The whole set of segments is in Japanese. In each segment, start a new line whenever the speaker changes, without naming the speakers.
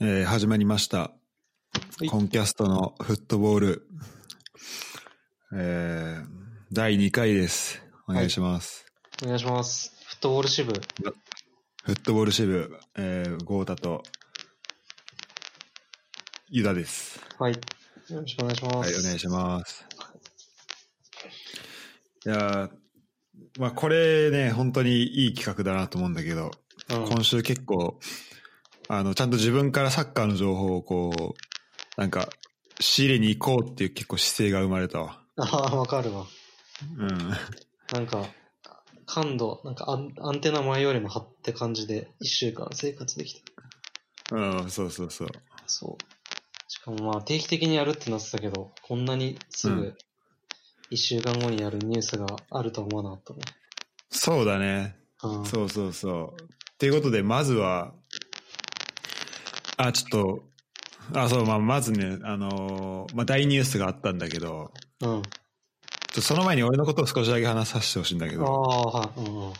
えー始まりました。
い
コンキャストのフットボール、えー第2回です。お願いします。
お願いします。フットボール支部。
フットボール支部、えー、ゴータと、ユダです。
はい。よろしくお願いしま
はい、
す。
お願いします。いやーまあこれね、本当にいい企画だなと思うんだけど、
うん
今週結構、あの、ちゃんと自分からサッカーの情報をこう、なんか、仕入れに行こうっていう結構姿勢が生まれたわ。
ああ、わかるわ。
うん。
なんか、感度、なんかアンアンテナ前よりも張って感じで、一週間生活できた。
うん、そうそうそう。
そう。しかもまあ、定期的にやるってなってたけど、こんなにす
う
ぐ
ん、
一週間後にやるニュースがあるとは思わなかったね。
そうだね。
うん。
そうそうそう。っていうことで、まずは、あ、ちょっと、あ、そう、まあ、まずね、あのーまあ、大ニュースがあったんだけど、
うん。
ちょっとその前に俺のことを少しだけ話させてほしいんだけ
あ
ど、
あ、はい。うんうん。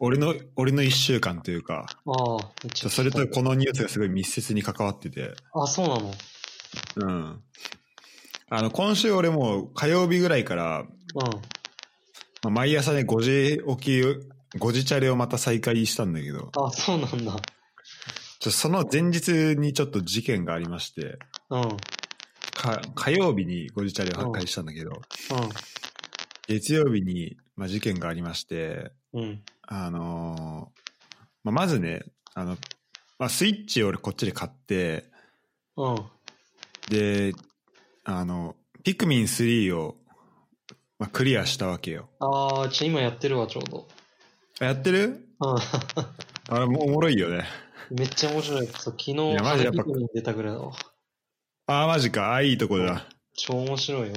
俺の、俺の一週間というか、
ああ、めっ
ちょっとそれと
聞きた
このニュースがすごい密接に関わってて、
いあ、そうなの。
うん。あの、今週俺もう火曜日ぐらいから、
う
まあ毎朝ね、5時起き、5時チャレをまた再開したんだけど、
ん。あ、そうなんだ。
ちょその前日にちょっと事件がありまして、
うん。うん。
か火曜日に5時チャレを発開したんだけど、月曜日に、まあ、事件がありまして、
うん。
あのーまあ、まずね、あの、まあ、スイッチを俺こっちで買って、
うん。
で、あの、ピクミン3を、まあ、クリアしたわけよ。
ああ、ちょ、今やってるわ、ちょうど。
あやってる
う
あれもおもろいよね。
ん めっちゃ面白い。そう昨日、
いやマジやっぱ
ピクミン出たぐらいだわ。
ああ、マジか。ああ、いいとこだ。
超面白い
い
わ。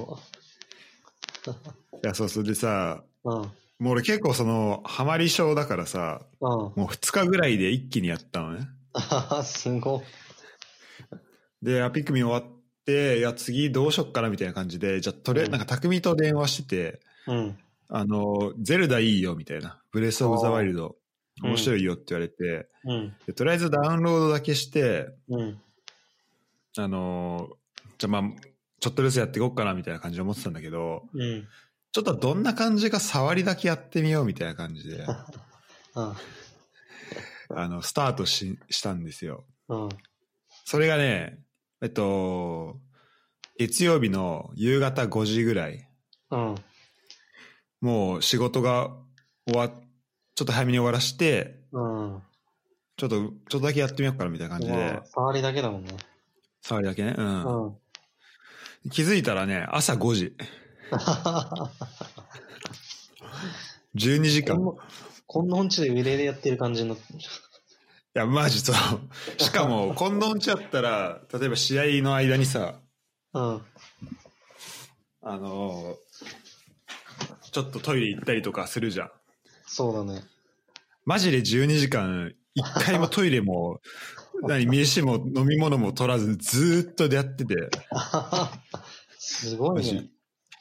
や、そう、それでさ、
うん、うん、
もう俺結構その、ハマり症だからさ、
あ
もう2日ぐらいで一気にやったのね。
はは すごい。
で、あピクミン終わって、いや、次どうしよっかなみたいな感じで、じゃあ、とりあえ
う
ず、
ん
なんか匠と電話してて、
うん、
あの、ゼルダいいよみたいな。ブレスオブザワイルド、
あー
面白いよって言われて、
うん、
でとりあえずダウンロードだけして、
うん、
あのーじゃあまあ、ちょっとずつやっていこうかなみたいな感じで思ってたんだけど、
うん。
ちょっとどんな感じか触りだけやってみようみたいな感じで、
あ
あの、スタートし、したんですよ。
うん、
それがね、えっと、月曜日の夕方5時ぐらい、
うん、
もう仕事が終わっ、ちょっと早めに終わらして、
うん。
ちょっと、ちょっとだけやってみようかなみたいな感じ
ま
で
あ、触りだけだもんね。
触りだけね。う。
うんん。
気づいたらね、朝5時、12時間
こ。んな、こんな音痴で腕でやってる感じになってる
いや、マジそう。しかも、近藤んちだったら、例えば試合の間にさ、
うん、
あのーちょっとトイレ行ったりとかするじゃん。
そうだね。
マジで12時間、一回もトイレ も、何、飯も飲み物も取らず、ずーっとやってて、
あははすご
マ
い
ジ
ね。、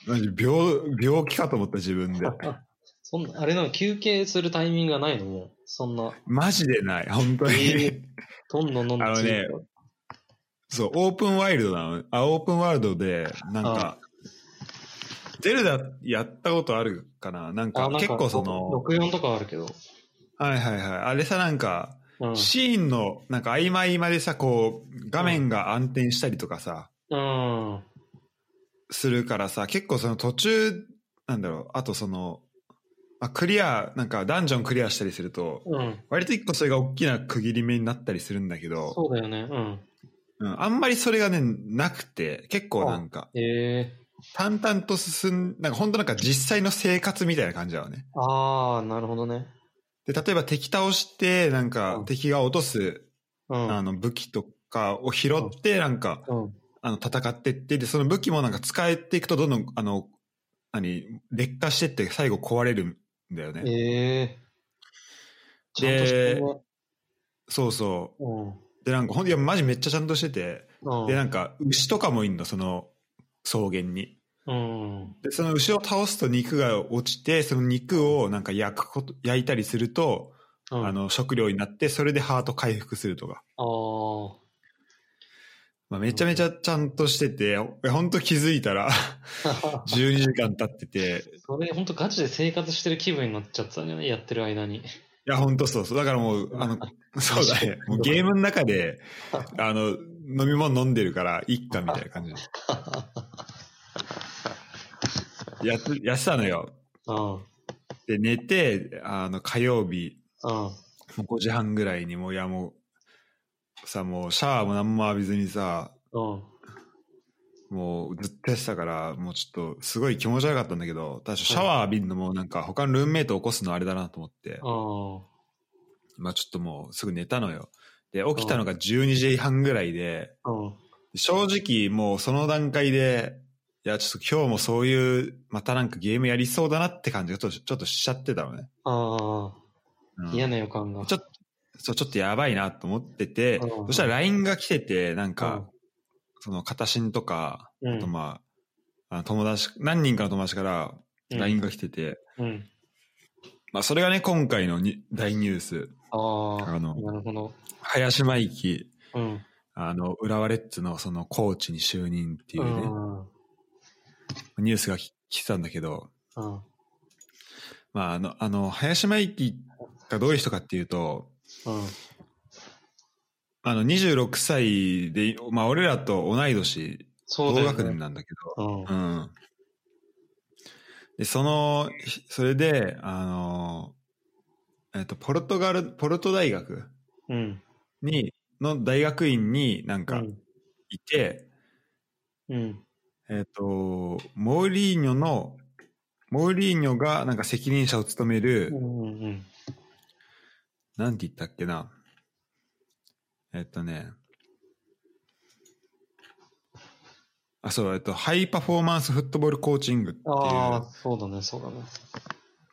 マジ病、病気かと思った自 分で。
そんな、あれなの、休憩するタイミングがないのもう。そんな、
マジでない、本当
え
に。
どんどんどんどん。
あのねそう、オープンワイルドなの。あ、オープンワールドで、なんか、ゼルダやったことあるかななんか、
あなん
結
か
構その、
64とかあるけど。
はいはいはい。あれさ、なんか、
うん。
シーンの、なんか合間合間でさ、こう、画面が暗転したりとかさ、
うん。うん。
するからさ、結構その途中、なんだろう、あとその、まあ、クリア、なんかダンジョンクリアしたりすると、割と一個それが大きな区切り目になったりするんだけど、
そうだよね。うん。
うん、あんまりそれがね、なくて、結構なんか、
へえ
淡々と進ん、なんか本当なんか実際の生活みたいな感じだよね。
ああ、なるほどね。
で、例えば敵倒して、なんか
うん
敵が落とす、
うん。
あの武器とかを拾って、なんか、
うん。
あの、戦ってって、で、その武器もなんか使えていくとどんどん、あの、何、劣化してって最後壊れるんだよね。
ええちゃんとして
で
るね。
そうそうう。で、なんかほんと、いや、マジめっちゃちゃんとしてて、
ん。
で、なんか牛とかもいんの、その草原に。
うん。
で、その牛を倒すと肉が落ちて、その肉をなんか焼くこと、焼いたりすると、
うん。
あの、食料になって、それでハート回復するとか。
あー
まあ、めちゃめちゃちゃんとしてて、本当気づいたら 12時間経ってて、
それ、本当ガチで生活してる気分になっちゃってたんじゃないやってる間に。
いや、本当そうそう。だからもう、あの、そうだね。もうゲームの中で、あの、飲み物飲んでるから、いっか、みたいな感じで。やつ、やってたのよ。
うん。
で、寝て、あの、火曜日、
うん。
もう5時半ぐらいに、もう、いや、もう、さ、もう、シャワーも何も浴びずにさ、
うん。
もう、ずっとやってたから、もうちょっと、すごい気持ち悪かったんだけど、確かシャワー浴びるのも、なんか、他のルームメイト起こすのあれだなと思って、
うん。
まあちょっともう、すぐ寝たのよ。で、起きたのが12時半ぐらいで、
うん。
正直もうその段階で、いや、ちょっと今日もそういう、またなんかゲームやりそうだなって感じがちょっとちょっとしちゃってたのね。
あ
う
あ、
ん
嫌な予感が。
ちょっと、そう、ちょっとやばいなと思ってて、
うん
そしたら LINE が来てて、なん
う
か
ん、
その、片新とか、
うん
あとまあ、あの友達、何人かの友達から
うん
LINE が来てて、
うん。
まあ、それがね、今回のに大ニュース、
ああ、
あの
なるほど。
林真紀、
うん。
あの、浦和レッズのその、コーチに就任っていううね、
ん。うん。
ニュースがき来てたんだけど、まあ、あの、あの、林真紀がどういう人かっていうと、
うん。
あの、26歳で、まあ、俺らと同い年、
そう
同
だよ、ね。
学年なんだけ
う
ど、
ん。
うん。で、その、ひそれで、あの、えっと、ポルトガル、ポルト大学
うん。
に、の大学院になんかいて、
うん。
えっと、モーリーニョの、モーリーニョがなんか責任者を務める、
うん。うん。
なんて言ったっけな。えっとね。あ、そう、えっと、ハイパフォーマンスフットボールコーチングっていう、
ああ
ま、
そうだね、そうだね。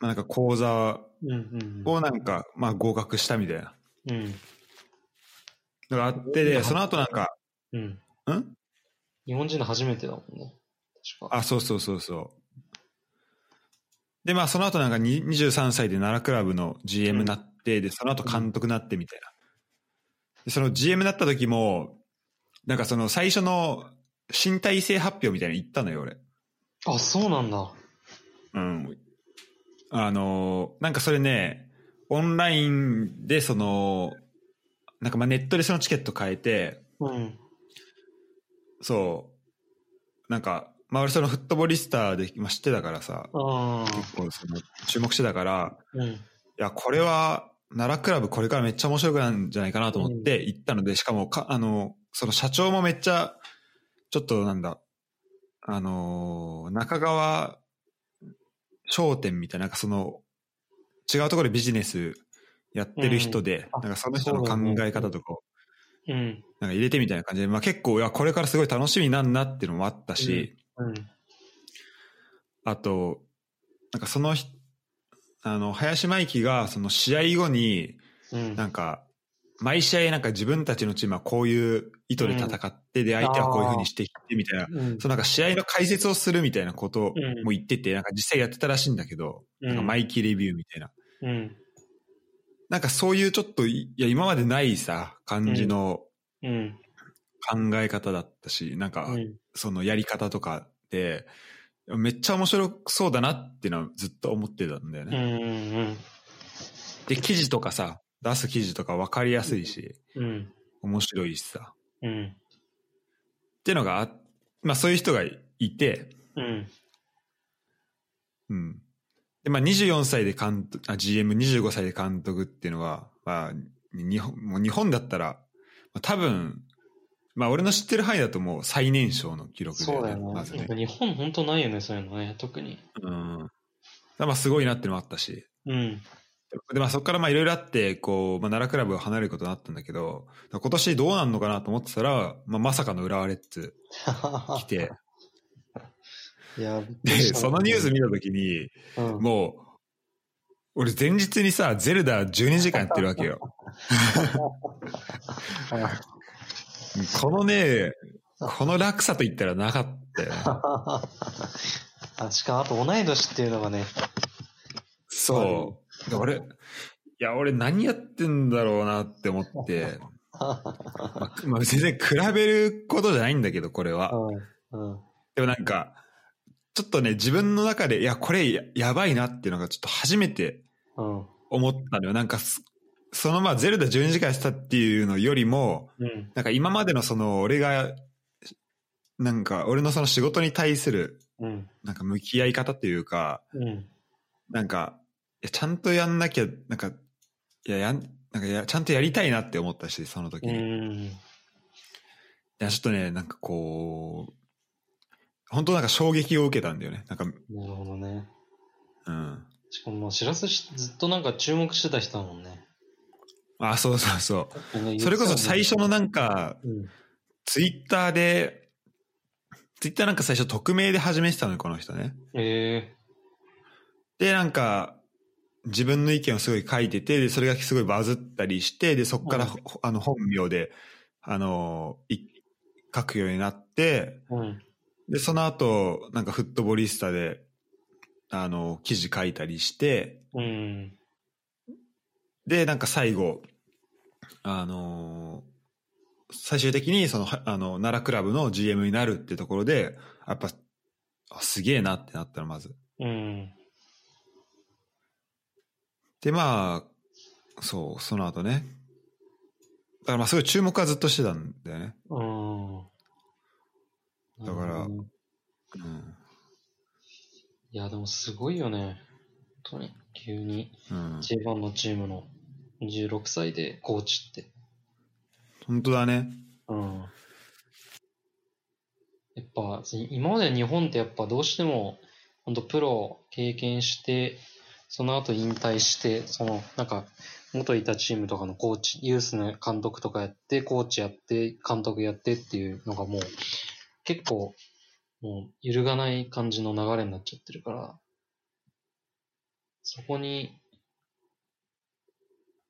あ、なんか講座
うん。
をなんか、まあ合格したみたいな。
うん。うん。
のがあってで、その後なんか、
うん。
ん
日本人の初めてだもんね。確か。
あ、そうそうそうそう。で、まあその後なんかに23歳で奈良クラブの GM になって、で、その後監督になってみたいな。で、その GM になった時も、なんかその最初の身体性発表みたいなの行ったのよ、俺。
あ、そうなんだ。
うん。あのーなんかそれね、オンラインでその、なんかまあネットでそのチケット変えて、
うん。
そう、なんか、まあ俺そのフットボリスターで、まあ、知ってたからさ、
ああ。
結構その注目してたから、
うん。
いや、これは、奈良クラブこれからめっちゃ面白くなるんじゃないかなと思って行ったので、しかもか、あの、その社長もめっちゃ、ちょっとなんだ、あのー中川商店みたいな、なんかその、違うところでビジネスやってる人で、
うんあ
なんかその人の考え方とかを、
うん。
なんか入れてみたいな感じで、まあ結構、いや、これからすごい楽しみになんなっていうのもあったし、
うん。
あと、なんかそのひ、あの、林真紀が、その試合後に、
うん。
なんか、毎試合なんか自分たちのチームはこういう意図で戦って、で、相手はこういう風にしてきて、みたいな。
うん
そのなんか試合の解説をするみたいなこと
うん
も言ってて、なんか実際やってたらしいんだけど、
うん
なんかマイキーレビューみたいな。
うん。
なんかそういうちょっと、いいや、今までないさ、感じの
うん。
考え方だったし、なんか
う、ん。
そのやり方とかで、めっちゃ面白そうだなっていうのはずっと思ってたんだよ
うん。う
ね。
ん。
で、記事とかさ、出す記事とか分かりやすいし、
うん。
面白いしさ。
うん。
ってのがあ、まあそういう人がいて、
うん。
うん。で、まあ24歳で監督、あ、GM25 歳で監督っていうのは、まあ、日本、もう日本だったら、まあ、多分、まあ俺の知ってる範囲だともう最年少の記録で、
そうだよね。
まず
や
ね
っ。ぱ日本本当ないよね、そういうのね、特に。
うん。だからまあすごいなってのもあったし。
うん。
で、まあそこからまあいろいろあって、こう、まあ奈良クラブを離れることになったんだけど、今年どうなんのかなと思ってたら、まあまさかの浦和レッズ来て、
いや、
で、そのニュース見たときに、
うん、
もう、俺前日にさ、ゼルダ12時間やってるわけよ。このね、この落差と言ったらなかったよね。
あしかもあと同い年っていうのがね、
そう。で俺、いや、俺何やってんだろうなって思って、まあまあ、全然比べることじゃないんだけど、これは。
うん。
でもなんか、ちょっとね、自分の中で、いや、これややばいなっていうのがちょっと初めて
うん。
思ったのよ。なんかす、そのまあ、ゼルダ12時間したっていうのよりも、
うん。
なんか今までのその、俺が、なんか、俺のその仕事に対する、
うん。
なんか向き合い方というか、
うん。
なんか、いやちゃんとやんなきゃ、なんか、いや、やん、なんかや、ちゃんとやりたいなって思ったし、その時
う
に。い
ん。
や、ちょっとね、なんかこう、本当なんか衝撃を受けたんだよね。なんか、
なるほどね。
うん。
しかももう知らずし、ずっとなんか注目してた人だもんね。
あ、そうそうそう。それこそ最初のなんか、
うん。
ツイッターで、ツイッターなんか最初匿名で始めてたのよ、この人ね。
え
で、なんか、自分の意見をすごい書いてて、で、それがすごいバズったりして、で、そっから
うん
ほ、あの、本名で、あの、い書くようになって、
えうん。
で、その後、なんかフットボリスタで、あの、記事書いたりして、
うん。
で、なんか最後、あのー最終的にその、はあの、奈良クラブの GM になるってところで、やっぱ、あすげえなってなったの、まず。
うん。
で、まあ、そう、その後ね。だからまあ、すごい注目はずっとしてたんだよね。
うん。
だから
なるほどね
うん。
いや、でもすごいよね。本当に。急に
うん。
J1 のチームの26歳でコーチって。
本当だね。
うん。やっぱ、今まで日本ってやっぱどうしても、本当プロを経験して、その後引退して、その、なんか、元いたチームとかのコーチ、ユースの監督とかやって、コーチやって、監督やってっていうのがもう、結構、もう揺るがない感じの流れになっちゃってるから、そこに、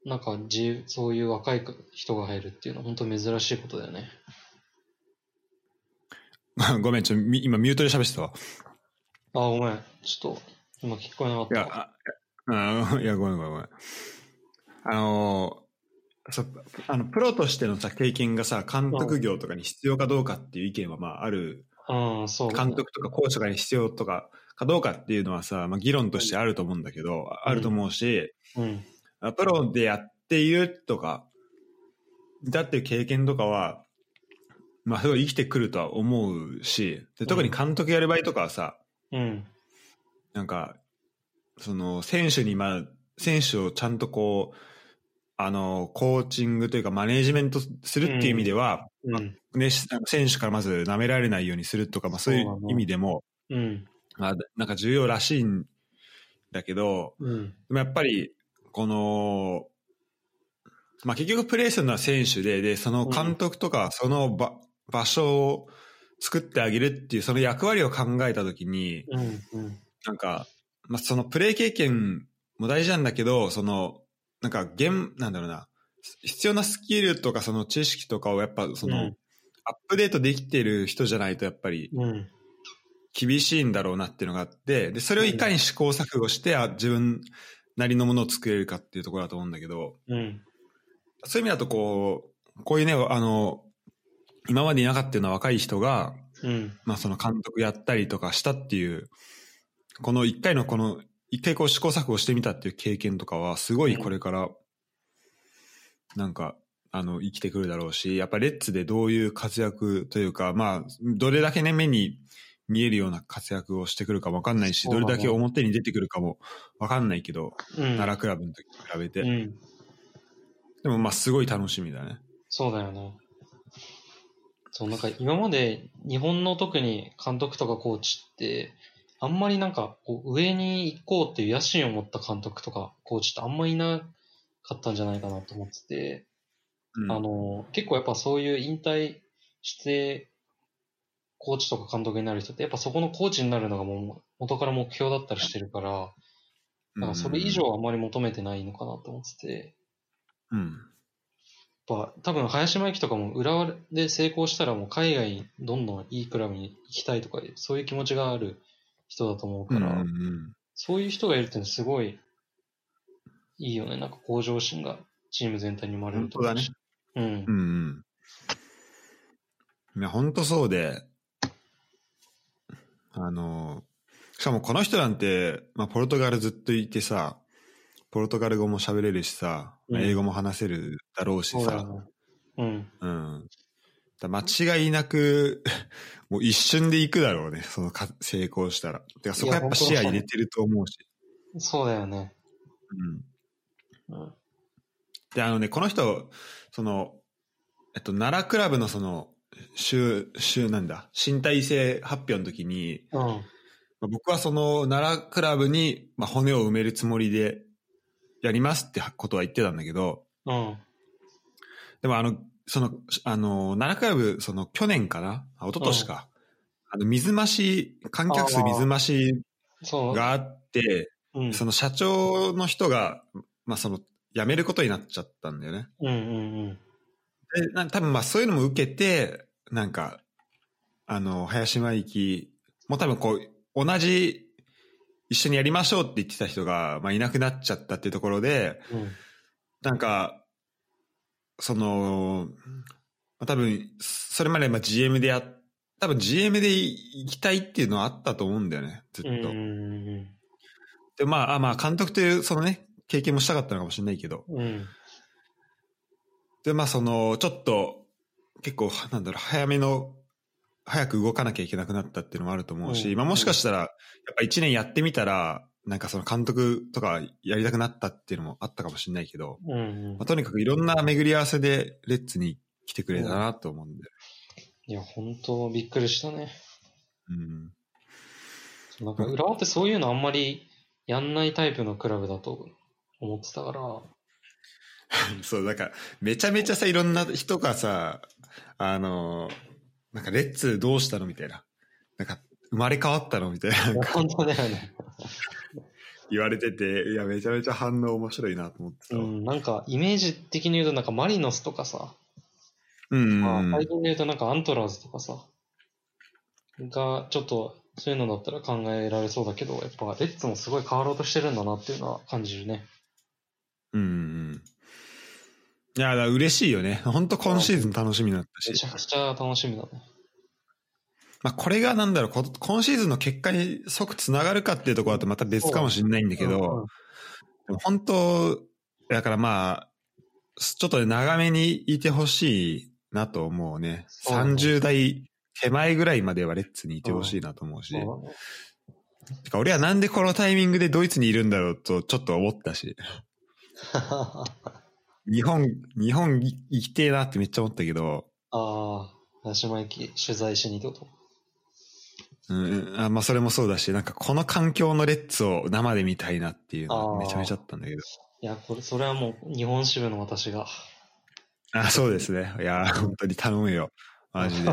なんか自由、そういう若い人が入るっていうのは本当珍しいことだよね。
ごめん、ちょ、み今ミュートで喋ってたわ。
あ、ごめん。ちょっと、今聞こえ
い
な
や
かっ、
ああのいや、ごめんごめんごめん。あのー、そうあのプロとしてのさ経験がさ監督業とかに必要かどうかっていう意見はまあある
た。うん、そう。
監督とかコーチとかに必要とかかどうかっていうのはさ、まあ、議論としてあると思うんだけど、あると思うし
うん。
あプロでやっているとかだっていう経験とかはまあすごい生きてくるとは思うしで特に監督やる場合とかはさ、
うん。
なんか、その、選手に、まあ、選手をちゃんとこう、あの、コーチングというか、マネージメントするっていう意味では、
うん。
ね、しあの選手からまず舐められないようにするとか、まあそうい
そう
う
だね
意味でも、
うん。
まあ、なんか重要らしいんだけど、
うん。
でもやっぱり、この、まあ結局プレーするのは選手で、で、その監督とか、その場、場所を作ってあげるっていう、その役割を考えたときに、
うん。うん。
なんか、まあ、そのプレイ経験も大事なんだけど、その、なんか、現、なんだろうな、必要なスキルとかその知識とかをやっぱその、
うん
アップデートできてる人じゃないとやっぱり
うん。
厳しいんだろうなっていうのがあって、で、それをいかに試行錯誤して、あ自分なりのものを作れるかっていうところだと思うんだけど、
うん。
そういう意味だとこう、こういうね、あの、今までいなかったような若い人が、
うん。
まあその監督やったりとかしたっていう、この一回のこの、一回こう試行錯誤してみたっていう経験とかは、すごいこれから、なんか、あの、生きてくるだろうし、やっぱレッツでどういう活躍というか、まあ、どれだけね、目に見えるような活躍をしてくるかもわかんないし、
そう
ど
だね
れだけ表に出てくるかもわかんないけど、
うん。
奈良クラブの時と比べ
う
て。
ん。
でもまあ、すごい楽しみだね。
そうだよね。そう、なんか今まで日本の特に監督とかコーチって、あんまりなんかこう上に行こうっていう野心を持った監督とかコーチってあんまりいなかったんじゃないかなと思ってて、
うん
あの、結構やっぱそういう引退して、コーチとか監督になる人って、やっぱそこのコーチになるのがもう元から目標だったりしてるから、なんかそれ以上はあんまり求めてないのかなと思ってて、
うん。
やっぱ多分林真由紀とかも浦和で成功したらもう海外にどんどんいいクラブに行きたいとか、そういう気持ちがある人だと思う
う
か
ん。う
ら、
んうん。
そういう人がいるってのはすごいいいよね。なんか向上心がチーム全体に生まれると思うしうん
う。んうん。いや、ほんとそうで、あの、しかもこの人なんて、まあ、ポルトガルずっといてさ、ポルトガル語も喋れるしさ、まあ
うん
英語も話せるだろうし
そうだ
さ、
よね。うん。
うん。だ間違いなく、 もう一瞬で行くだろうね、そのか成功したら。てか、そこやっぱ視野入れてると思うし。
そうだよね。
うん。
うん。
で、あのね、この人、その、えっと、奈良クラブのその、週、週なんだ、身体性発表の時に、
うん。
まあ僕はその奈良クラブに、まあ、骨を埋めるつもりでやりますってことは言ってたんだけど、
うん。
でもあの、その、あの、奈良クラブ、その去年かなあ一昨年か。あの、水増し、観客数水増し
そう。
があって、
うん。
その社長の人が、まあその、辞めることになっちゃったんだよね。
うんうん
で、な多分まあそういうのも受けて、なんか、あの、林真一もう多分こう、同じ、一緒にやりましょうって言ってた人が、まあいなくなっちゃったっていうところで、
うん。うん。
なんか、その、まあ多分、それまでまあ GM でや、多分 GM で行きたいっていうのはあったと思うんだよね、ずっと。
うんうん
で、まあ、あまあ監督という、そのね、経験もしたかったのかもしれないけど。
うん。うん。
で、まあその、ちょっと、結構、なんだろう、早めの、早く動かなきゃいけなくなったっていうのもあると思うし、
うん
まあもしかしたら、やっぱ一年やってみたら、なんかその監督とかやりたくなったっていうのもあったかもしれないけど、
うんう
ま
ん
あ、とにかくいろんな巡り合わせでレッツに来てくれたなと思うんで。
いや、本当びっくりしたね。
うん。
なんか、浦和ってそういうのあんまりやんないタイプのクラブだと思ってたから、
そう、なんか、めちゃめちゃさ、いろんな人がさ、あの、なんかレッツどうしたのみたいな。なんか、生まれ変わったのみたいな、なんか
本当だよね。
言われてて、いや、めちゃめちゃ反応面白いなと思ってた
う
わ。
ん、なんか、イメージ的に言うと、なんかマリノスとかさ、
うん
まあ
うんうん
最近で言うとなんかアントラーズとかさ、が、ちょっと、そういうのだったら考えられそうだけど、やっぱ、レッツもすごい変わろうとしてるんだなっていうのは感じるね。
うんうん。いや、だから嬉しいよね。本当今シーズン楽しみになった
めち
し。
ゃくちゃ楽しみだね。
まあ、これがなんだろう、こ今シーズンの結果に即つながるかっていうところだとまた別かもしれないんだけど、でも本当、だからまあ、ちょっとね長めにいてほしいなと思うね。
そうだね
30代手前ぐらいまではレッツにいてほしいなと思うし
うん、。そうだね
てか俺はなんでこのタイミングでドイツにいるんだろうとちょっと思ったし。日本、日本い行きてえなってめっちゃ思ったけど、
ああ、八島駅取材しにってこと
うん、あまあそれもそうだし、なんかこの環境のレッツを生で見たいなっていうのは
あー
めちゃめちゃあったんだけど。
いや、これ、それはもう日本支部の私が。
あそうですね。いやー、本当に頼むよ。マジ で。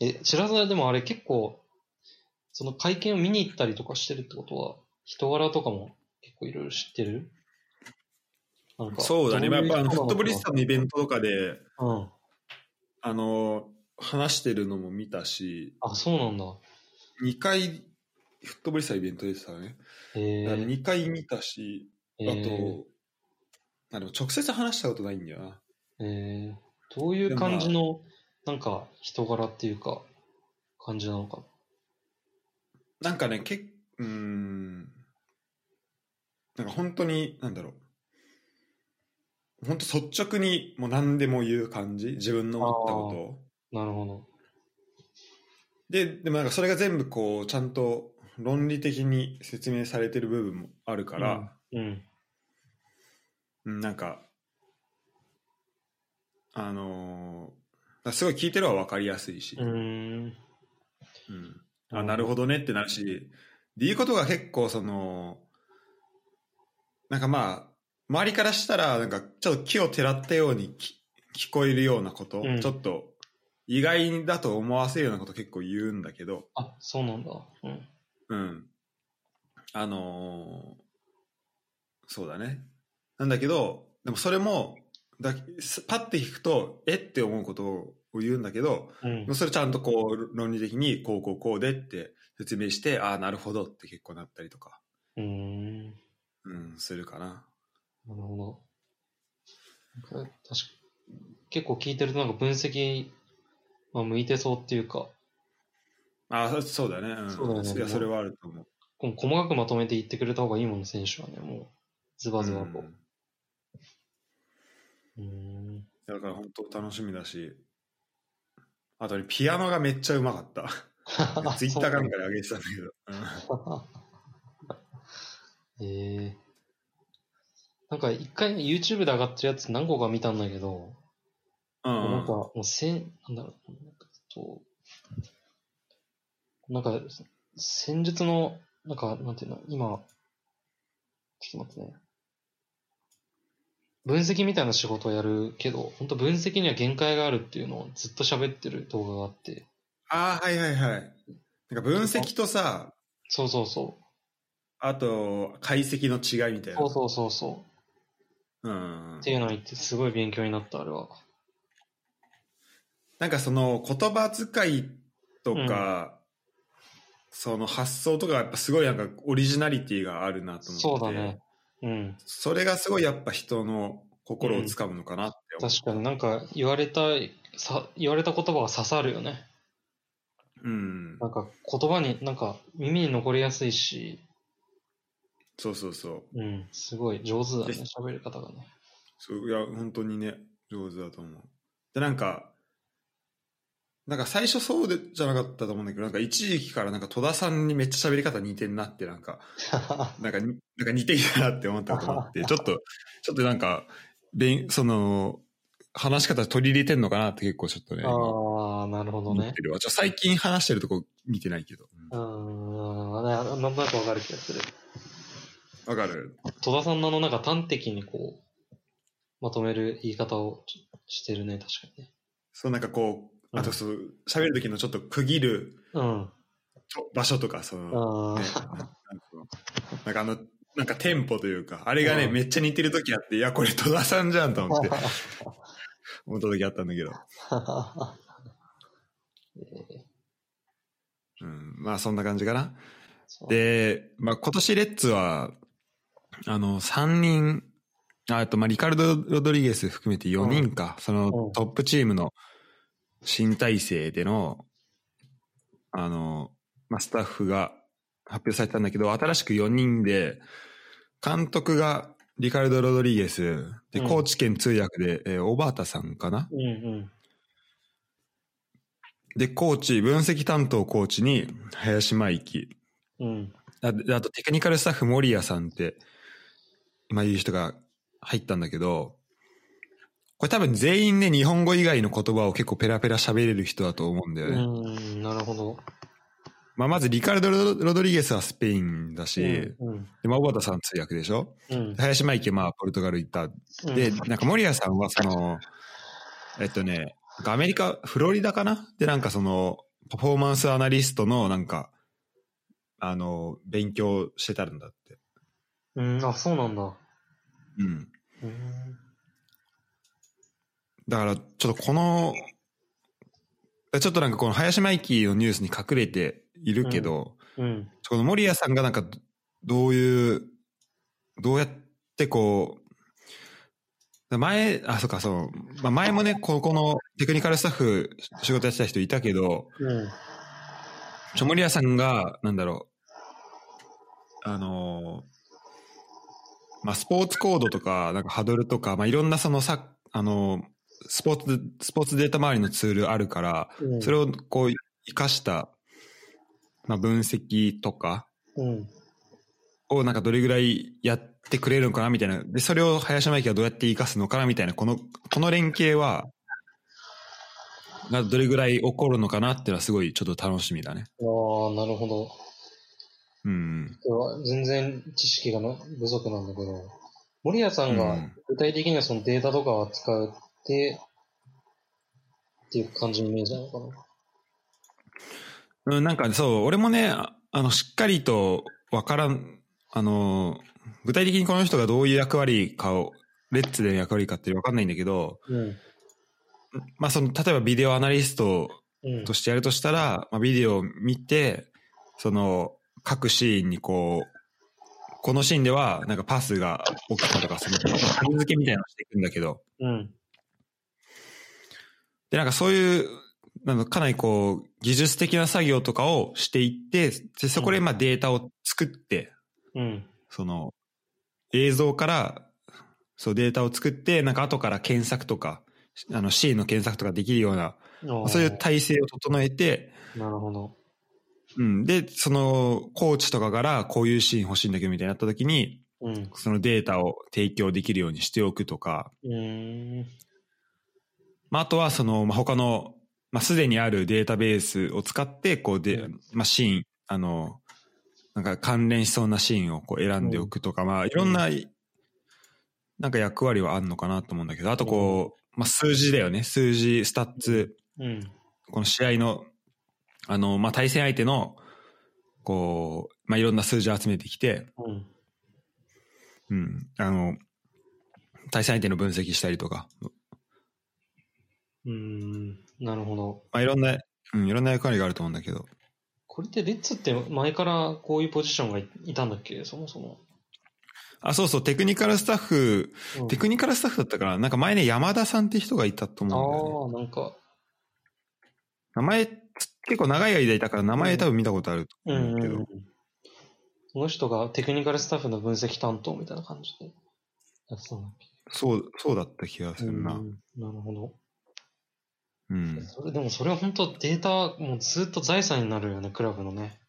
え、白沢でもあれ結構、その会見を見に行ったりとかしてるってことは、人柄とかも結構いろいろ知ってるなんか
そうだね。まあやっぱあの、フットボリス
タ
タのイベントとかで、
うん。
あの、話してるのも見たし、
あ、そうなんだ。
2回、フットボリスタイベントでしたね。
へえ。
2回見たし、あ
へえ
と、あの、直接話したことないんだよな。
へえどういう感じの、なんか、人柄っていうか、感じなのか。
なんかね、けっ、うーん。なんか本当に、なんだろう。本当率直にもう何でも言う感じ自分の思ったことを。
なるほど。
で、でもなんかそれが全部こう、ちゃんと論理的に説明されてる部分もあるから、
うん。
うんなんか、あのーだすごい聞いてるは分かりやすいし、
うーん。
うんあなるほどねってなるし、で、いうことが結構その、なんかまあ、周りからしたら、なんかちょっと木をてらったようにき聞こえるようなこと、
うん
ちょっと意外だと思わせるようなこと結構言うんだけど、
あ、そうなんだ。うん。
うん。あのーそうだね。なんだけど、でもそれも、だすパッて聞くと、えって思うことを言うんだけど、
うん
それちゃんとこう論理的にこうこうこうでって説明してああなるほどって結構なったりとか、
うーん。
うん、するかな。
なるほど。なんか確か結構聞いてるとなんか分析、まあ、向いてそうっていうか、
あそうだね。うん、
そうだよね
いや、それはあると思う。
こう細かくまとめて言ってくれた方がいいもん、選手はね、もう、ズバズバ
う
と。
ん
うーん。
だから本当楽しみだし、あとね、ピアノがめっちゃうまか った。ツイッターかなんかで上げてたんだけど。うん
えー、なんか一回 YouTube で上がってるやつ何個か見たんだけど、
うん
なんかもう千、なんだろう、なんかとなんか戦術の、なんかなんていうの、今、ちょっと待ってね。分析みたいな仕事をやるけど、本当分析には限界があるっていうのをずっと喋ってる動画があって、
ああ、はいはいはい。なんか分析とさ、
そうそうそう、
あと解析の違いみたいな。
そうそうそうそう、
うん
っていうのを言ってすごい勉強になった、あれは。
なんかその言葉遣いとか、その発想とかやっぱすごいなんかオリジナリティがあるなと思って。
そうだね。。うん。
それがすごいやっぱ人の心をつかむのかなって思う。
確かになんか言われた、さ言われた言葉が刺さるよね。
うん。
なんか言葉に、なんか耳に残りやすいし、
そうそうそう。
うん、すごい上手だね
ぜ、
喋り方がね。
そういや本当にね上手だと思うでなんかなんか最初そうでじゃなかったと思うんだけどなんか一時期からなんか戸田さんにめっちゃ喋り方似てんなってなんかなんかになんか似てきたなって思ったことがあってちょっとちょっとなんかべんその話し方取り入れてんのかなって結構ちょっとね今
ああ、なるほど
思っ
ね
て。るわちょ最近話してるとこ見てないけど
うーん、ななんとなくわかる気がする。
わかる
戸田さんのあのなんか端的にこう、まとめる言い方をちしてるね、確かにね。
そうなんかこうあとそう喋る時のちょっと区切る
うん。
場所とかその
あ
ね
あ、
なんかあの、なんかテンポというか、あれがね、
うん、
めっちゃ似てる時あって、いや、これ戸田さんじゃんと思って 思った時あったんだけど。うん、まあそんな感じかな。
そう
で、まあ今年レッツは、あの、3人、ああと、まあリカルド・ロドリゲス含めて4人か、そ
うん
のトップチームの新体制での、あの、まあスタッフが発表されたんだけど、新しく4人で、監督がリカルド・ロドリゲス、で、
うん
高知県通訳で、えー、小畑さんかな
うんうん。
で、コーチ、分析担当コーチに、林真生。
うん。
あであとテクニカルスタッフ森谷さんって、今言う人が入ったんだけど、これ多分全員ね、日本語以外の言葉を結構ペラペラ喋れる人だと思うんだよ
う
ね。
ん、なるほど。
まあまずリカルド・ロロドリゲスはスペインだし、
うん。
で、まあ、小畑さん通訳でしょ
うん。
林真生、まあ、ポルトガル行った。
うん
で、なんか森谷さんはその、えっとね、アメリカ、フロリダかなで、なんかその、パフォーマンスアナリストのなんか、あの、勉強してたんだって。
うん、あ、そうなんだ。
うん。
うん
だから、ちょっとこの、ちょっとなんかこの林真生のニュースに隠れているけど、
うん。
この森谷さんがなんか、どういう、どうやってこう、前、あ、そっか、そう、まあ、前もね、ここのテクニカルスタッフ仕事やってた人いたけど、
うん。
ちょ森谷さんが、なんだろう、あのーまあ、スポーツコードとか、なんかハドルとか、まあ、いろんなそのさ、あのースポーツ、スポーツデータ周りのツールあるから、
うん
それをこう、活かした、まあ、分析とか
うん。
をなんかどれぐらいやってくれるのかなみたいな。で、それを林真生がどうやって活かすのかなみたいな、この、この連携は、がどれぐらい起こるのかなっていうのはすごいちょっと楽しみだね。
ああ、なるほど。
うん。
これは全然知識がな不足なんだけど、森谷さん
う
が
ん
具体的にはそのデータとかを扱うって、っていう感じのイメージなのかな。
うん、なんかそう、俺もね、ああの、しっかりとわからん、あの、具体的にこの人がどういう役割かを、レッツで役割かってわかんないんだけど、
うん。
まあその、例えばビデオアナリスト
うん
と。してやるとしたら、まあビデオを見て、その、各シーンにこう、このシーンでは、なんかパスが起きたとか、その、片付けみたいなのをしていくんだけど、
うん。
で、なんかそういう、なのかなりこう、技術的な作業とかをしていって、でそこでまあデータを作って、
うん。
その、映像から、そうデータを作って、なんか後から検索とか、あの C の検索とかできるような、
あー
そういう体制を整えて、
なるほど。
うん。で、その、コーチとかからこういうシーン欲しいんだけどみたいになった時に、
うん。
そのデータを提供できるようにしておくとか、
うーん。
まあ、あとはその、まあ、他の、まあ、すでにあるデータベースを使って、こうで
う、
まあ、シーン、あの、なんか関連しそうなシーンをこう選んでおくとか、まあ、いろんな、なんか役割はあるのかなと思うんだけど、あとこう、まあ、数字だよね。数字、スタッツ、
うん。
この試合の、あの、まあ、対戦相手の、こう、まあ、いろんな数字を集めてきて、
う
う
ん。
ん、あの、対戦相手の分析したりとか、
うーん。なるほど。
まあ、いろんな、うん、いろんな役割があると思うんだけど、
これってレッツって前からこういうポジションがいいたんだっけそもそも。
あ、そうそう、テクニカルスタッフ、
うん
テクニカルスタッフだったから、なんか前ね、山田さんって人がいたと思うんだよね。
ああ、なんか、
名前、結構長い間いたから、名前多分見たことあると
う
思うんだ
んう
け
ん
ど、
うん。その人がテクニカルスタッフの分析担当みたいな感じでやってたんだっ
そう、そうだった気が
け
するな。
うんなるほど。
うん。
それでもそれは本当データ、もうずっと財産になるよね、クラブのね。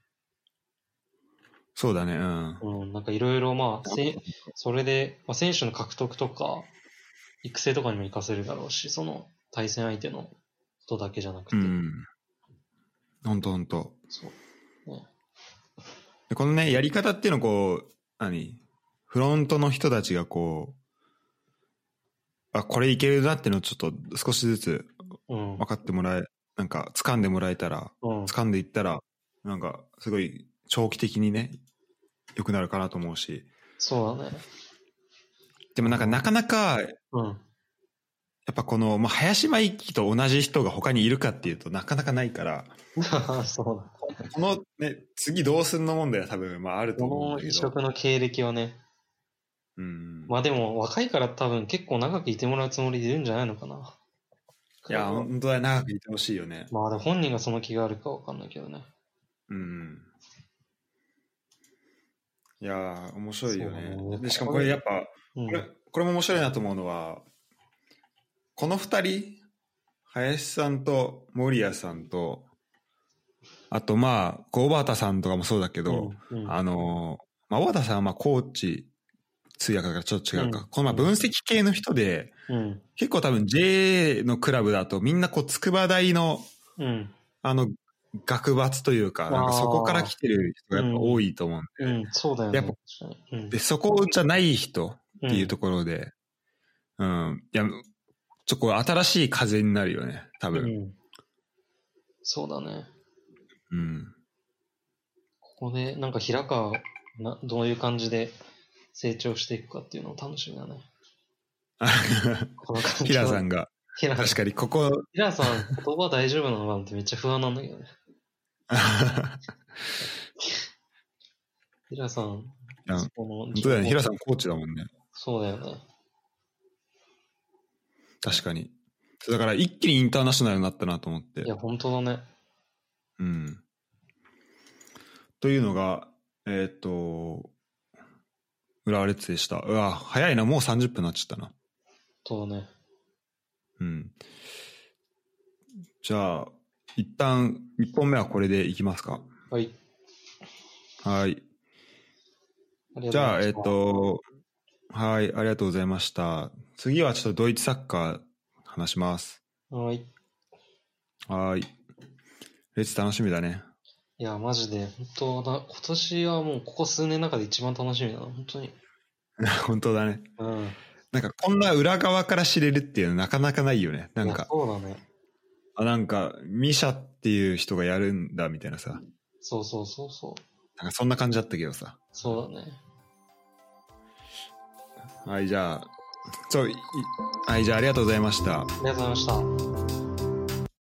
そうだね、うん。
うん、なんかいろいろまあ、せそれで、まあ、選手の獲得とか、育成とかにも活かせるだろうし、その対戦相手のことだけじゃなくて。
うん。ほんとほんと。
そう
でこのね、やり方っていうのをこう、何フロントの人たちがこう、あ、これいけるなっていうのをちょっと少しずつ
うん
分。かってもらえ、なんか掴んでもらえたら、
うん、
掴んでいったら、なんかすごい長期的にね、良くなるかなと思うし。
そうだね。
でもなんかなかなか、や
うん。
っぱこの、まあ、林真一樹と同じ人が他にいるかっていうとなかなかないから、
そうだ。
このね、次どうすんの問題は多分、まああると思うん
この
だけ
移
ど。
植の経歴はね、
うん。
まあでも若いから多分結構長くいてもらうつもりでいるんじゃないのかな。
いや、本当は長くいてほしいよね。
まあでも本人がその気があるかわかんないけどね。
うん。いやー、面白いよね
そうだね。
でしかもこれやっぱ、
うん
これこれも面白いなと思うのはこの2人林さんと守屋さんとあとまあこう小畑さんとかもそうだけど、
うんうん
あのーまあ、小畑さんはまあコーチ通訳だからちょっと違うか、
うん
このまあ分析系の人で
うん。
結構多分 J のクラブだとみんなこう筑波大の
うん。
あの学閥というかなんかそこから来てる人がやっぱ多いと思うんで,、
うん。そうだよね。
やっぱ
確かに。
でそこじゃない人
う
っ
ん
ていうところで、うん、いや、ちょ、これ新しい風になるよね、多
うん
分。
うんそうだね。
うん。
ここで、なんか平川な、どういう感じで成長していくかっていうのを楽しみだね。この感じ
平
は
さんが、
平
確かにこ こ、
平さん、言葉大丈夫なのかなってめっちゃ不安なんだけどね。平さん、
うん
そこの
本当だよね、平さんコーチだもんね。
そうだよね。
確かに。そうだから一気にインターナショナルになったなと思って
い。や、本当だね。
うん。というのが、えーっ、と、浦和レッズでした。うわ、早いな、もう30分になっちゃったな。
そうだね。
うん。じゃあ、一旦、1本目はこれでいきますか。
はい。
はい。
りが
じ
とうござい
ゃ
ま
あ、
す
えっ、と、はい、ありがとうございました。次はちょっとドイツサッカー話します。
はい。い
はい。レッツ楽しみだね。
や、マジで、本当だ、今年はもうここ数年の中で一番楽しみだな、本当に。
本当だね。
うん。
なんかこんな裏側から知れるっていうのなかなかないよね。ないん
や
か、
そうだね。
あなんか、ミシャっていう人がやるんだみたいなさ。
そうそうそうそう。
なんかそんな感じだったけどさ。
そうだね。
はい、じゃあ、そう、いはい、じゃあありがとうございました。
ありがとうございました。